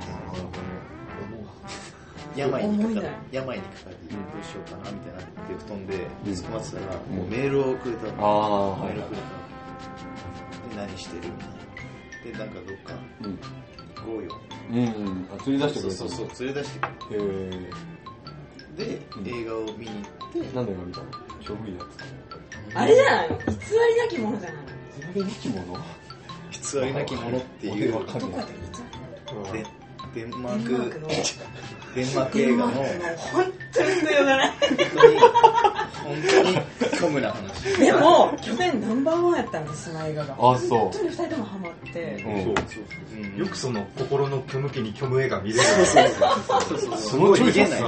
S2: どね。
S1: て病にか
S6: 重い
S1: か
S6: んだ
S1: る
S6: よ
S1: 病にかかりど
S2: うん
S1: うしようかなみたいになって布団で
S2: うん
S1: 突っ込まってたら、
S2: ん
S1: もうメールをくれた
S2: ああ、は
S1: メー
S2: い
S1: ルを。くれたで何してるみたいなでなんかどっか
S2: うん。
S1: 行こうよ
S2: うん。あ、釣り出してく
S1: そう
S2: れ。
S1: そうそうう連れ出してく
S2: えー、
S1: れて
S2: うん
S1: 映画を見に行って、
S2: なんだ今見たの勝負いいや
S6: あれじゃないの偽りなきものじゃないの
S2: つ。釣りなきもの
S1: 偽りなき者っていう
S2: わかん
S6: ど
S2: な
S6: こや
S2: い
S6: ったっけ偽り
S1: でデンマー
S6: デンマーク
S1: ク
S6: の
S1: デンマーク
S6: デ
S1: 映
S6: ンマ
S1: 画の本
S6: ークの本当に不要がない
S1: 当に本当に虚無な話
S6: *laughs* で *laughs* も去年ナンバーワンやったんですその映画が
S2: あそう
S6: 本当に2人ともハマって
S2: うん
S1: うん
S3: よくその心の虚無気に虚無絵が見れる
S1: そうそうそう
S2: そのチョイス
S1: 逃げない
S3: さ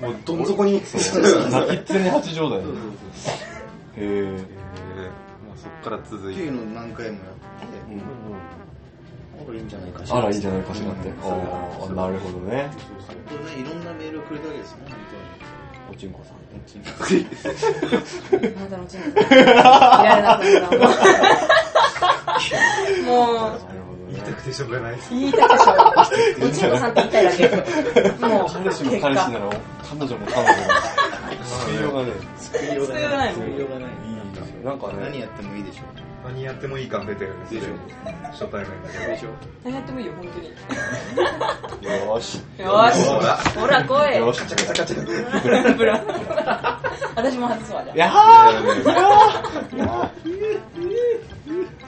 S3: もうどん底にへ
S1: そうそうそう
S2: 泣きっつね八畳だよねへえ
S3: えまあそっから続
S1: っ
S3: い
S1: て
S3: て
S1: いうのを何回もやってこれいいんじゃないかしら
S2: あらいいんじゃないかしらって
S1: うん
S2: ああなるほどね
S1: これねいろんなメールをくれたわけですよね
S2: おちんこさん
S1: 本当に
S6: あなたのチーム
S2: なるほど
S6: だもう
S3: 言いた
S2: ね
S3: くてしょうがないです
S6: 言いたくしょうおちんこさんって言いたいだけもう
S2: 彼氏も彼氏
S6: 結
S2: な
S6: 果
S2: ら彼
S1: *laughs*
S2: 女も彼女も必要がね
S1: 救いようがない救いようがない
S2: いいですよなんか
S1: 何
S2: ね
S1: やってもいいでしょ
S3: 何やってもいい感出てるんですよ初対面だけど
S1: しょ
S6: 何やってもいいよ本当によ
S2: よーし
S6: ーしほら来い
S2: よーし
S6: ブラブラ私も外すわじゃあ
S2: やーやーや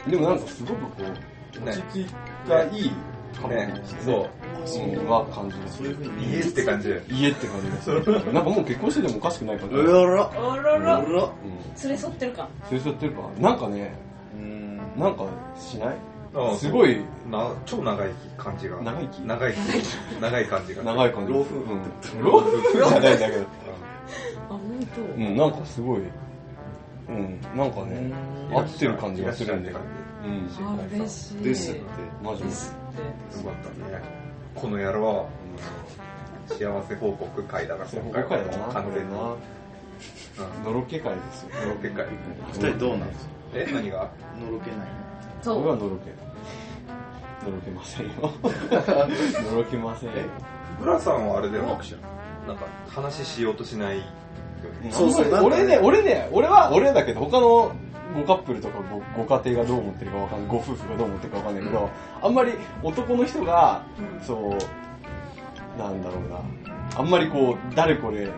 S2: ーでもなんかすごくこう落ち着いたいいカップルですね
S3: そう
S2: うんは感じます
S1: そういうふうに
S3: イエスって感じで
S2: 家って感じですなんかもう結婚しててもおかしくない感じ
S1: うらら
S6: おろ
S1: う
S6: ろ
S1: ら
S2: うん
S6: 連れ添ってるか
S2: そういう人やってるかなんかね
S1: うん
S2: なんかしない
S3: ああ
S2: すごい
S3: な超長い感じが
S2: 長生き *laughs*
S3: 長い長い感じが
S2: 長い感じ
S1: 老夫婦
S2: うん老夫婦じゃないんだけど
S6: あ本当
S2: うんなんかすごいうんなんかね
S1: うん
S2: 合ってる感じがするんだよ
S3: いらっしゃ
S2: う
S3: る
S2: ん
S6: あ嬉しい
S1: ですって
S2: マジで
S6: ですって
S3: よかったねこの野郎幸せ報告会だな
S2: そ
S3: 今
S2: こ
S3: 回
S2: か
S3: は
S2: やな
S3: 完
S2: これ
S3: 全
S2: な
S3: に
S2: のろけ会ですよ
S3: のろけ会
S1: 二人どうなんですか
S3: え何が
S1: のろけない
S6: そ
S2: 俺
S6: う
S2: はのろけのろけませんよのろけませんよ
S3: ブラさんはあれでも
S1: 拍手
S3: なんか話しようとしないよね
S1: そうそう
S2: あん
S1: な
S2: ま
S1: ん
S2: り
S1: か
S2: 俺ね俺ね俺は俺だけど他のごカップルとかごご家庭がどう思ってるかわかんないご夫婦がどう思ってるかわかんないけど、あんまり男の人が、そうなんだろうなあんまりこう誰これ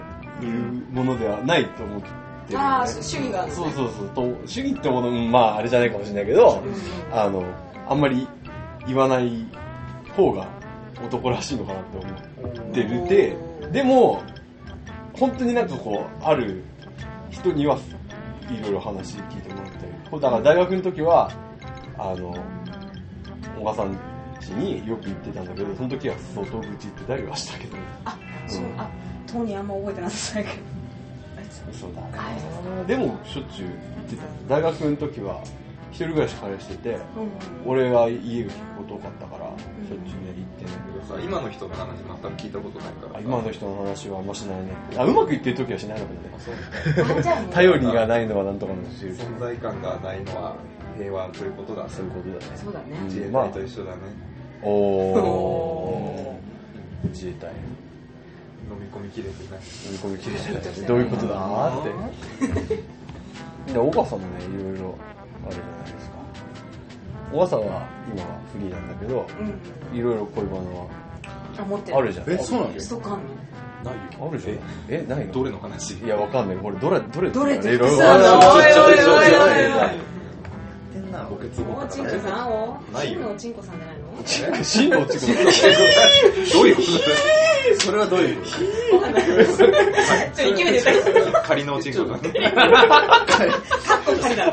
S2: 言うものではないと思ってるよね
S6: ああ主義が
S2: そうそうそうと主義ってものうんまああれじゃないかもしれないけど、あのあんまり言わない方が男らしいのかなって思ってるででも本当になんかこうある人にはいろいろ話聞いてもらったりこうだから大学の時はあの小川さん家によく行ってたんだけどその時は相当愚痴言ってたりはしたけど
S6: あそうあ当にあんま覚えてなさいけどあいつ
S2: 嘘だ
S6: あいつ
S2: でもしょっちゅう行ってた大学の時は一人暮らし彼してて
S6: うん
S2: 俺は家が結構遠かったからしょっちゅうね行ってんだけど
S3: さ今の人の話全く聞いたことないから
S2: あ今の人の話はあんましないねあうまくいってる時はしないのかもね
S6: あじゃあもう
S2: 頼りがないのはなんとかなんですよ
S3: 存在感がないのは平和ということだ
S2: そういうことだね
S6: そうだね
S2: うん
S3: 自衛隊と一緒だね、
S2: おお自衛隊
S3: 飲み込みきれてない
S2: 飲み込みきれてないどういうことだー *laughs* ってで小川さんもねいろいろあるじゃないですか小川さんは今はフリーなんだけど
S6: うん
S2: いろいろ恋バナは
S6: あ持ってる
S2: あるじゃん
S1: えそうなの
S6: ストックあんの
S2: あるじゃんえないの
S3: どれの話
S2: いやわかんないこれどれどれ
S6: どれ
S2: いろいろ
S6: そうだ
S1: おいおいおい
S6: おいおい
S1: 言ってんな
S3: 墓穴も
S6: おちんこさんを
S3: ないよ
S6: 真のおちんこさんじゃないの
S2: 真の落ち込
S3: どういうこと
S1: それはどういうこ
S6: わかんないちょっと勢いで歌いそう
S3: だ仮のおちんこだね
S6: カッコ仮だ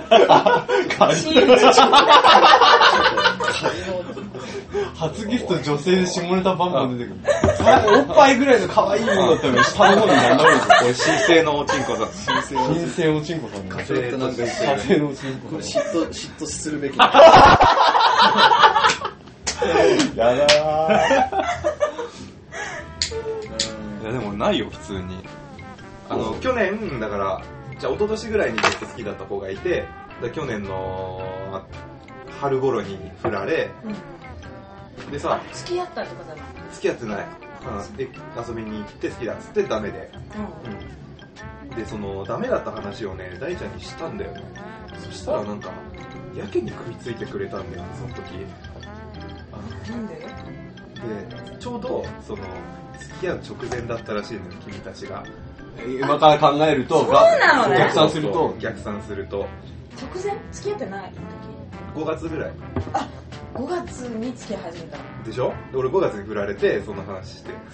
S6: 真のおちんこ
S2: 初ギフト女性で下ネタバンバン出てくる。おっぱいぐらいの可愛いものだったのに、下の方になんだろうこれ、
S3: 神聖のおちんこだ
S1: と先生は
S2: 金星おちんこさんの。
S1: それってなんか
S2: 火星のおちん
S1: こ
S2: こ
S1: れ
S2: さ
S1: 嫉妬嫉妬する *laughs* べき
S2: ん。やだ
S3: いやでもないよ普通にあの去年だからじゃあ一昨年ぐらいにずっと好きだった子がいてで去年の春頃に振られ
S6: うん
S3: でさ
S6: 付き合ったとかじゃない
S3: 付き合ってない、うん、で遊びに行って好きだっつってダメで、うん、でそのダメだった話をね大ちゃんにしたんだよねそしたらなんかやけに食いついてくれたんだよねその時あの
S6: なんで
S3: でちょうどその付き合う直前だったらしいのよ君たちが
S2: ー今から考えると、が
S6: そうなのね
S2: 逆算すると、
S3: 逆算すると
S6: 直前付き合ってない時
S3: 5月ぐらい
S6: 5月に付き合い始めたの
S3: でしょで俺5月に振られてそんな話してなんか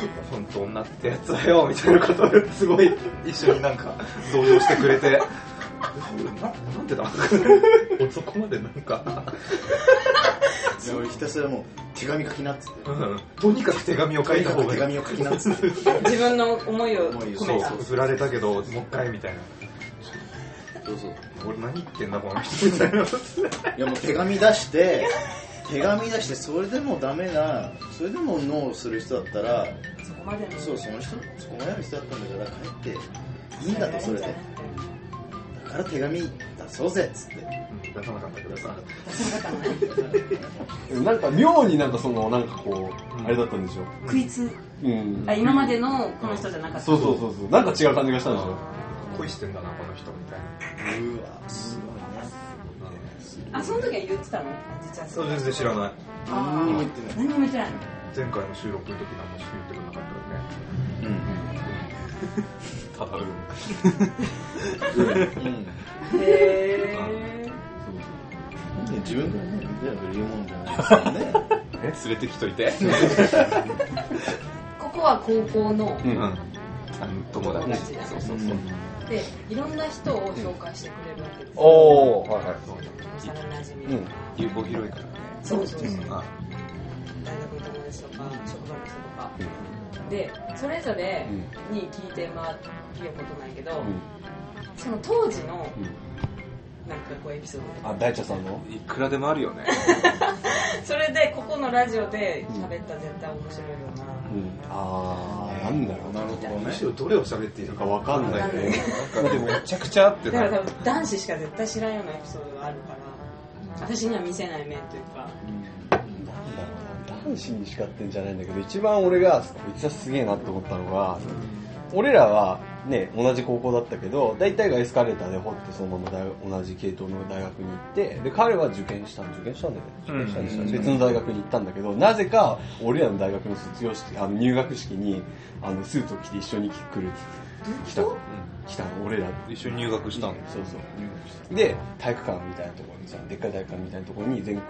S3: *laughs* 「本当女ってやつだよ」みたいなことをすごい一緒になんか同情してくれてななんでだ俺そこまでなんか
S1: で俺ひたすらもう手紙書きなっつって
S3: うんとにかく手紙を書いた
S1: と
S3: 方
S1: にか
S3: が
S1: く
S3: い
S1: 手
S3: い
S1: 紙を書きなっつって
S6: 自分の思いを
S1: 思いを
S6: 込
S3: そ
S6: め
S3: う
S6: た
S3: そう振られたけどもう一回みたいな
S1: そうそう
S3: 俺何言ってんだこの人みたいない
S1: やもう手紙出して手紙出してそれでもダメなそれでもノーする人だったら
S6: そこまでの
S1: そうその人そこまでの人だったんだから帰っていいんだとそれでだから手紙出そうぜっつって
S3: うん出さなかったけどさ
S2: なんか妙になんかそのなんかこう、あれだったんでしょ
S4: 食いつ
S2: うん
S6: あ今までのこの人じゃなかった
S2: そうそうそうそうなんか違う感じがしたんでしょ
S3: 恋してんだなこの人みたいな
S1: うわすごいね
S6: あその時は言ってたの実は
S3: そう全然知らない
S1: 何にも言ってない
S6: 何も言ってない
S3: 前回の収録の時何も言ってくれなかったよねただうん
S1: うん、うん
S6: へ
S1: 自分からね、全部言うもんじゃないですから *laughs* ね。
S3: え連れてきといて
S6: ここは高校の
S2: うん
S3: あの友達
S6: 友達だ
S3: そうそう
S1: う
S3: そうん
S6: でいろんな人を紹介してくれるわけです
S2: おおはいはい
S6: 幼馴染み、
S2: うん
S3: 有効広いからね
S6: そうそうそう、
S3: あ
S6: 大学の友達とか職場の人とか、でそれぞれに聞いて回ってることないけど、その当時のなんかこうエピソードとか
S2: あ大茶さんの
S3: いくらでもあるよね
S6: それでここのラジオで喋った絶対面白いよ
S2: う
S6: な、
S2: んああなんだろうな
S1: なるほど
S3: む
S1: ね。
S3: しろどれを喋っていいのか分かんないよね
S2: なかで
S3: なんんかで
S2: も
S3: もめちゃくちゃあって
S6: だか
S3: な
S6: ら
S3: い
S6: 多分男子しか絶対知らんようなエピソードがあるから私には見せない面というか
S2: なんだろうな男子に叱ってんじゃないんだけど一番俺がこいつはすげえなって思ったのが俺らはね同じ高校だったけど大体がエスカレーターで掘ってそのまま大同じ系統の大学に行ってで彼は受験したん受験したんだよね受験したんでした、
S1: うん
S2: 別の大学に行ったんだけどなぜか俺らの大学の卒業式あの入学式にあのスーツを着て一緒に来る来た来たの俺ら
S3: 一緒に入学したの
S2: そうそうで体育館みたいなところにさでっかい体育館みたいなところに全校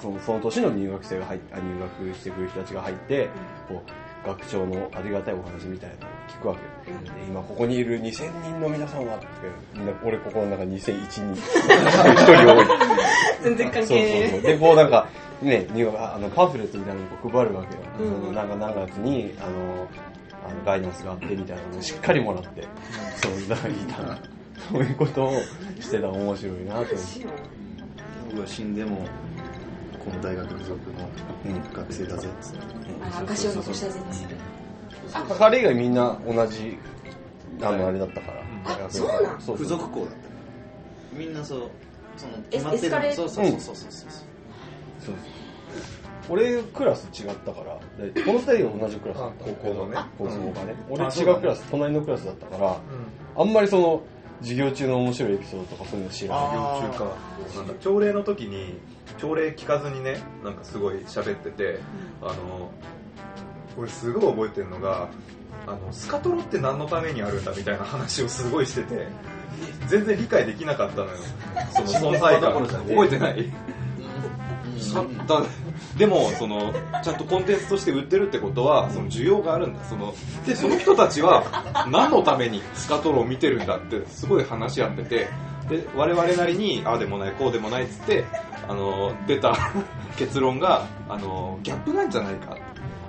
S2: そのその年の入学生が入っあ入学してくる人たちが入ってこう学長のありがたいお話みたいなのを聞くわけよ、で今ここにいる2000人の皆さんはってみんな俺ここの中2001人一人多い
S6: *laughs* 全然関
S2: そう
S6: 係
S2: そう
S6: ない
S2: そう。で、こうなんか、ね、入学ああのパンフレットみたいなのを配るわけよ。
S6: うん
S2: そのなんか何月に、あの、あのガイダンスがあってみたいなのをしっかりもらって、そう、いただいた。そういうことをしてたら面白いなと思って。
S1: 僕は死んでも、この大学付属の学生だぜっつって。
S6: あ証を残したぜっつって
S2: 彼以外みんな同じ、あの、あれだったから。
S6: あそうなん
S2: そう
S1: 付
S2: そう
S1: 属校だったからみんなそう、その、
S6: エスエスカレー
S1: そうそうそうそうそうそう。
S2: そう俺クラス違ったから、でこの二人は同じクラスだった。
S3: あ高校のね
S2: 高校がね。
S1: ん
S2: 俺
S1: あそう
S2: 違
S1: だね
S2: うクラス、隣のクラスだったから、あんまりその、授業中の面白いエピソードとかそういうの知らない。
S1: あー
S3: 授業中かなんか朝礼の時に朝礼聞かずにねなんかすごい喋っててあの俺すごい覚えてるのがあのスカトロって何のためにあるんだみたいな話をすごいしてて全然理解できなかったのよその存在感覚えてない
S1: うん
S3: だでもそのちゃんとコンテンツとして売ってるってことはその需要があるんだそのでその人たちは何のためにスカトロを見てるんだってすごい話し合っててで我々なりにああでもないこうでもないっつってあの出た結論があのギャップなんじゃないか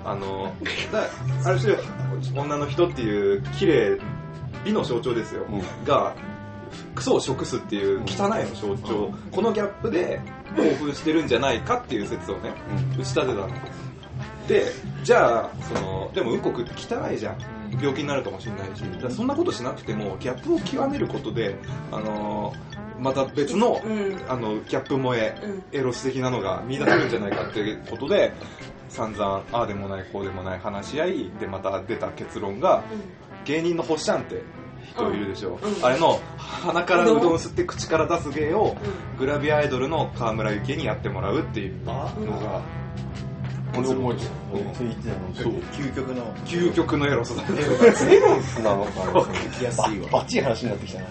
S3: あのだある種女の人っていう綺麗美の象徴ですよ、
S2: う
S3: がクソを食すっていう汚いの象徴、このギャップで興奮してるんじゃないかっていう説をね、打ち立てたのでじゃあそのでもうんこ食って汚いじゃん病気になるかもしれないしだからそんなことしなくてもギャップを極めることで、あのーまた別の,、
S6: うん
S3: あのギャップ萌え
S6: うん
S3: エロス的なのが見出せるんじゃないかっていうことで散々ああでもないこうでもない話し合いでまた出た結論が芸人の星ちゃんって人いるでしょ、
S6: うん
S3: あれの鼻からうどん吸って口から出す芸を
S6: う
S3: グラビアアイドルの河村ゆきえにやってもらうっていうのが
S2: 俺覚えてるそれ
S3: うん
S2: 言ってたのそう
S1: 究極の、
S3: 究極のエロさだね
S2: エロスなのか
S1: 聞きやすいわ。
S2: バッチリ話になってきたな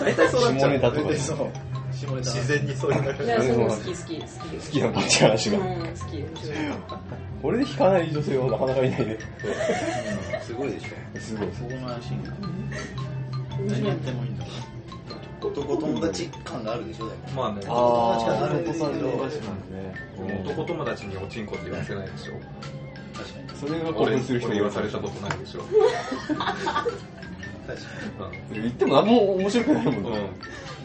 S3: 大体そうなっちゃ
S2: 下
S3: う
S2: ネタと
S1: そ
S2: か
S1: れでそう。
S7: 下ネタ
S3: 自然にそういう
S6: いやそれも好き好き好き好
S2: きなバッチ話が
S6: うん好き面白い
S2: これで引かない女性はなかなかいないね。
S1: すごいでし
S2: すごい。
S7: そこのシーンが
S6: 面
S7: 何
S6: 白
S7: や
S6: い
S7: ってもいいんだ
S1: ょ男友達感があるでしょだか
S3: まあね
S2: あ
S1: ー
S2: なんですね。
S3: 男友達におちんこって言わせないでしょ
S1: ら確かに
S2: それが興
S3: 俺
S2: 奮する人
S3: 俺
S2: もいる
S3: 言わされたことないでしょ
S1: 確か
S2: 言っても何も面白くないもん
S3: う
S2: ね。
S3: ん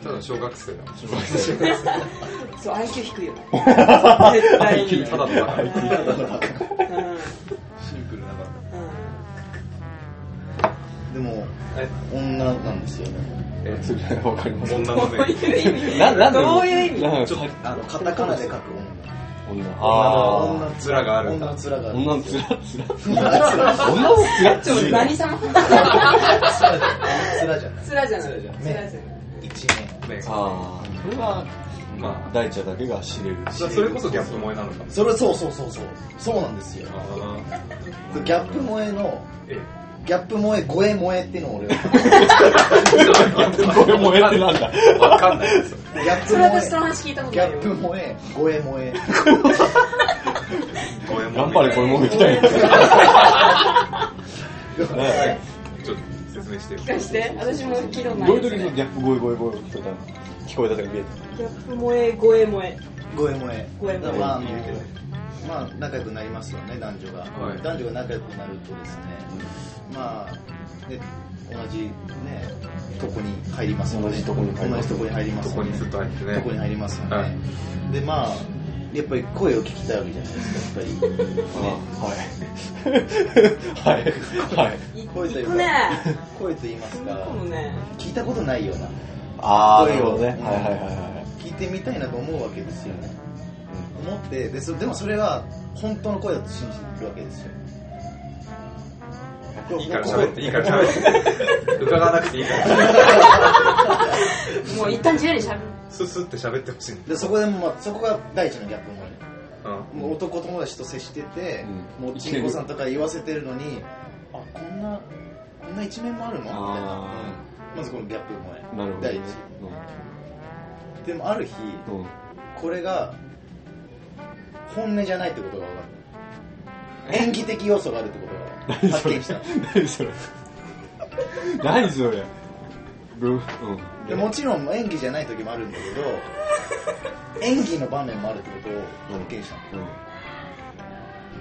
S3: ただ小学生だ
S2: 小学生
S6: そう IQ 低い *laughs* よね絶対に
S3: IQ ただのバカ
S6: うんうん
S7: シンプルなか
S1: にでも
S3: え
S1: 女なんですよね
S3: え
S2: それはわかります。
S3: *laughs* 女の
S6: どう
S3: ね
S6: いう意味
S2: な、なんで
S6: どういう意味
S2: なんか
S3: ちょっと
S1: あのカタカナで書く女
S2: 女。
S1: 女
S2: あ
S1: の
S3: 面があるん
S1: 女
S3: だ
S2: あ。女の
S1: の面がある
S2: つらつら。
S1: 面
S2: 女のつらっちゃうよ。
S6: 何様
S1: 面じゃない
S6: つらじゃない
S1: 面じゃない
S6: つらじゃない
S1: 一
S3: ね
S2: ああ。それは、まあ、大ちゃんだけが知れるし。
S3: それこそギャップ萌えなのかも
S1: 面それそうそうそうそうそうなんですよ
S3: あ
S1: ギャップ萌えの
S3: ーえ
S1: ギャップ萌え萌え萌えっていうのを
S6: *laughs*
S1: 俺は
S2: これもえってなんだ。
S3: えわかんないですよ
S1: ギャップ
S6: それ私その
S1: 萌
S6: 話聞いたこ
S1: えギ
S6: とな
S1: ャ
S6: いよ
S1: ップ萌え萌え萌え
S3: 萌えも
S2: 頑張れ、これもみたいな。ね
S3: ちょっと説明してよ
S6: 聞かして私も聞いたこと
S2: え
S6: ない
S2: どういう時のギャップゴイゴイゴイ聞こえたの聞こえた時見え
S6: ギャップ萌え萌え萌え
S1: ごえもえ。
S6: ごえもえ
S1: まあ、あの
S3: 言うけど
S1: まあ、仲良くなりますよね、男女が。
S3: はい
S1: 男女が仲良くなるとですね、まあ、で、同じね、とこに入りますよね。
S2: 同じとこに入ります
S1: 同じとこに入ります
S3: そ
S1: よね
S3: こにずっと入ってね
S1: とこに入りますよね。
S3: はい
S1: で、まあ、やっぱり声を聞きたいわけじゃないですか、やっ
S2: た。
S1: ぱり。
S3: *laughs*
S2: はい。はい。はい。
S6: い
S1: 声というか
S6: くね
S1: *laughs* 声と言います
S6: そん
S1: か
S6: な、子もね
S1: 聞いたことないような、
S2: ああ、な
S1: 声
S2: るほ
S1: を
S2: どね。はい
S1: うん
S2: はいはいはい。
S1: 聞いてみたいなと思うわけですよね。思ってでそでもそれは本当の声だと信じてるわけですよ
S3: いいから喋っていいから喋って伺わなくていいから
S6: もう一旦自由にしゃべる
S3: ススって喋ってほしいんだ
S1: でそこでも、まあ、そこが第一のギャップもあ
S3: うん
S1: るもう男友達と接してて、
S2: うん
S1: もうちんこさんとか言わせてるのにあこんなこんな一面もあるのみたいな
S2: あ、
S1: うんまずこのギャップもね
S2: あ、なるほど
S1: 第
S2: ね
S1: 一。でもある日
S2: うん。うん
S1: これが本音じゃないってことが分かった演技的要素があるってことが発見
S2: *laughs*
S1: した
S2: 何それ何それブうん。
S1: でもちろん演技じゃない時もあるんだけ
S6: *laughs*
S1: ど演技の場面もあるってことを発見したの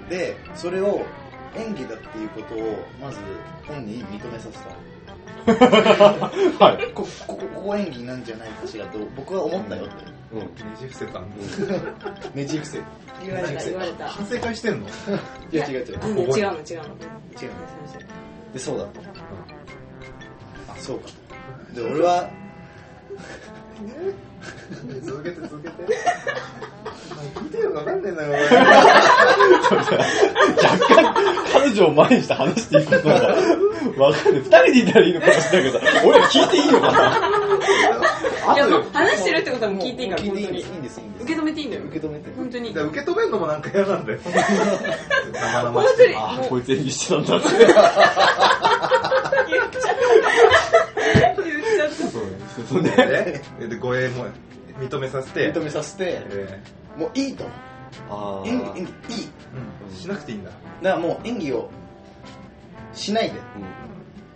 S2: うん。
S1: でそれを演技だっていうことをまず本人に認めさせた
S2: はい。
S1: こここここ演技なんじゃないかしらと僕は思ったよっ
S2: うん。
S3: 二次伏せたんで
S1: てねじ伏せい
S6: 言われた言われた
S3: 反省会してんの
S1: や違う違う
S6: あのね違うの違う
S1: 違
S6: の
S1: うでそうだとあそうかとで俺は
S3: 続けて続けて聞いてよわかんねえなよ
S2: 彼女を前にして話していくのが、わかる。二人でいたらいいのかもしれないけど、俺聞いていいのかない
S6: やもう話してるってことはもう聞いていいから
S1: もう
S6: 本
S1: 聞い
S6: 当
S1: ていいんです
S6: に
S1: いいんですいいんで
S6: 受
S1: す
S6: け止めていいんだよ
S1: 受け止めて
S6: 本当に
S3: 俺受け止めるのもなんか嫌なんだよ生
S6: 本
S3: 々し
S6: 当に
S2: あ
S6: も
S2: あ、
S6: う
S2: こいつ演技してたんだって。
S6: 言っちゃった言っちゃっ
S2: そうそうね。
S3: いでで護衛も認めさせて
S1: 認めさせて
S3: え
S1: もういいと
S2: あ
S1: 演技演技いい
S3: ーうんしなくていいんだ
S1: だからもう演技をしないで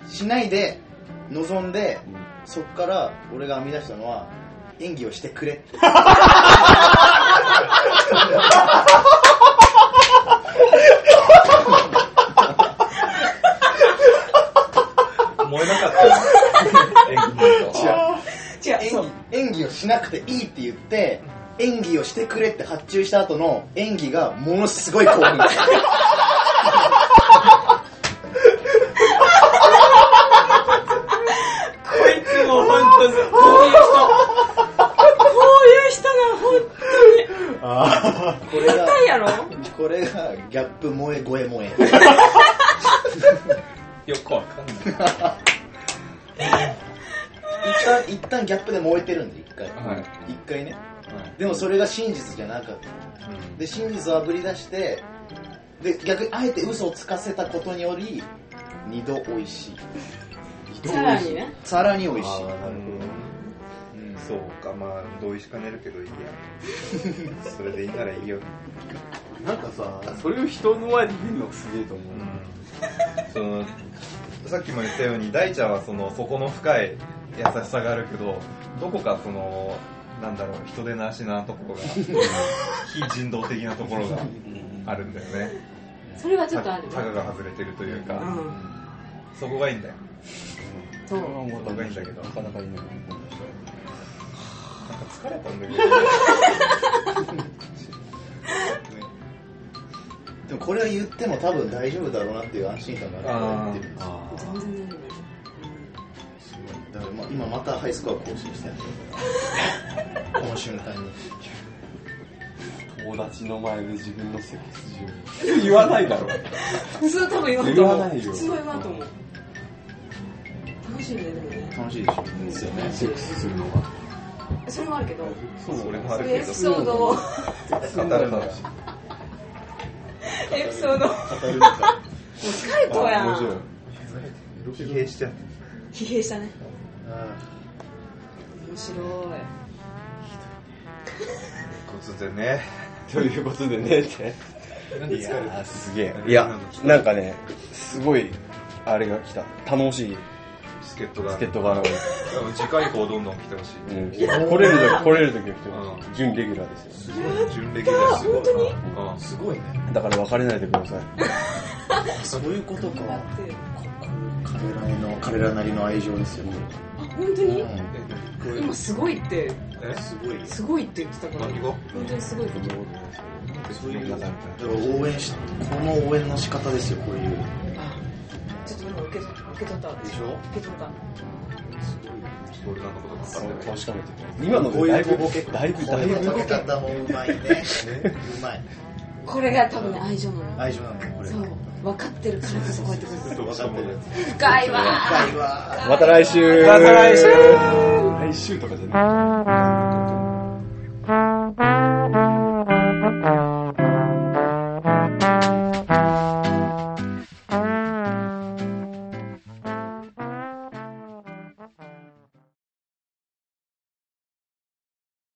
S1: しないで望んで、そっから俺が編み出したのは演技をしてくれって
S3: 燃えなかったよ演技見ると
S6: た違う
S1: 演
S6: そう
S1: 技演技をしなくていいって言って演技をしてくれって発注した後の演技がものすごい興奮
S6: こいつもう本当に、こういう人。こういう人が本
S1: これが
S6: 当にやろ
S1: これがギャップ萌え萌え萌え
S3: よくわかんない
S1: 一旦一旦ギャップで燃えてるんで一回
S3: はい
S1: 一回ねでもそれが真実じゃなかった、で真実をあぶり出してで逆にあえて嘘をつかせたことにより二度美味しい
S6: さらにね。
S1: さらに美味しい
S2: あーなるほどね
S3: そうかはまあ同意しかねるけどいいやそれでいいならいいよ、
S1: なんかさ、
S8: それを人の前で言うのがすげえと思う
S3: う。ん、そのさっきも言ったように大ちゃんはその底の深い優しさがあるけどどこかそのなんだろう人でなしなところが非人道的なところがあるんだよね
S9: それはちょっと
S3: た
S9: ある
S3: たかが外れてるというか、
S6: うん
S3: そこがいいんだよ
S9: そう
S3: そこがいいんだけどなんか
S8: なかなかいない。
S3: 疲れたんだけど
S1: でもこれは言っても多分大丈夫だろうなっていう安心感があると思ってる。
S6: 全然大丈夫です
S1: すごいだからまあ今またハイスコア更新してるこの瞬間に。
S8: 友達の前で自分のセックス中に。言わないだろ。
S6: 普通は多分言わんと
S8: 言わ
S6: 思う
S8: ないよ。
S6: 普通は言わんと思う楽しいねでもね
S1: 楽しいでしょ。ですよね。
S8: セックスするのが。
S6: それもあるけど
S8: そう、俺
S3: もある
S6: エピソードを
S3: 当たるなら
S6: エピソードをもう疲れとやん
S8: 面白い。
S3: 疲弊しちゃって
S6: 疲弊したね
S1: あ
S6: 面白い
S3: 突然ね
S2: ということでねって。
S3: なんで
S2: い
S3: 疲れ
S2: やー、
S3: た
S2: すげえ。いや、なんかね、すごい、あれが来た。楽しい
S3: 助っ人が
S2: 助っ人が現
S3: 次回以降どんどん来てほし
S2: れ
S3: い
S2: て。うん。来れる時、来れる時は来てます
S3: う
S2: 準レギュラーですよ。
S3: 純烈だし
S6: 本当に
S3: うん
S1: すごいね。
S2: だから別れないでください。
S1: そういうことか。
S6: っていう
S1: 彼らへの、彼らなりの愛情ですよ。う
S6: あ本当に
S1: ん
S6: 今すごいって
S3: え
S1: すごい。
S6: すごいって言ってたから
S3: 何語
S6: 本当にすごいこと
S1: そういう、だから応援し、この応援の仕方ですよ、こういう。
S6: あちょっと今受け取受け取ったでしょ受け取った
S3: 俺何のことか分かんない
S2: 確かめて今の
S1: こう
S2: で
S1: い
S2: だいう
S1: とぼ
S2: ぶ
S1: け、、
S2: だいぶ、だい
S1: こういう
S2: ぶ
S1: とぼけ方もうまいね。
S2: *laughs*
S1: うまい。
S6: これが多分ね愛情なの
S1: 愛情なんだよ、これ。
S6: そう分かってるからこそこうやってくる
S1: 分かってる。
S6: 深いわー
S1: 深いわ。
S2: また来週また来週来週とかじゃない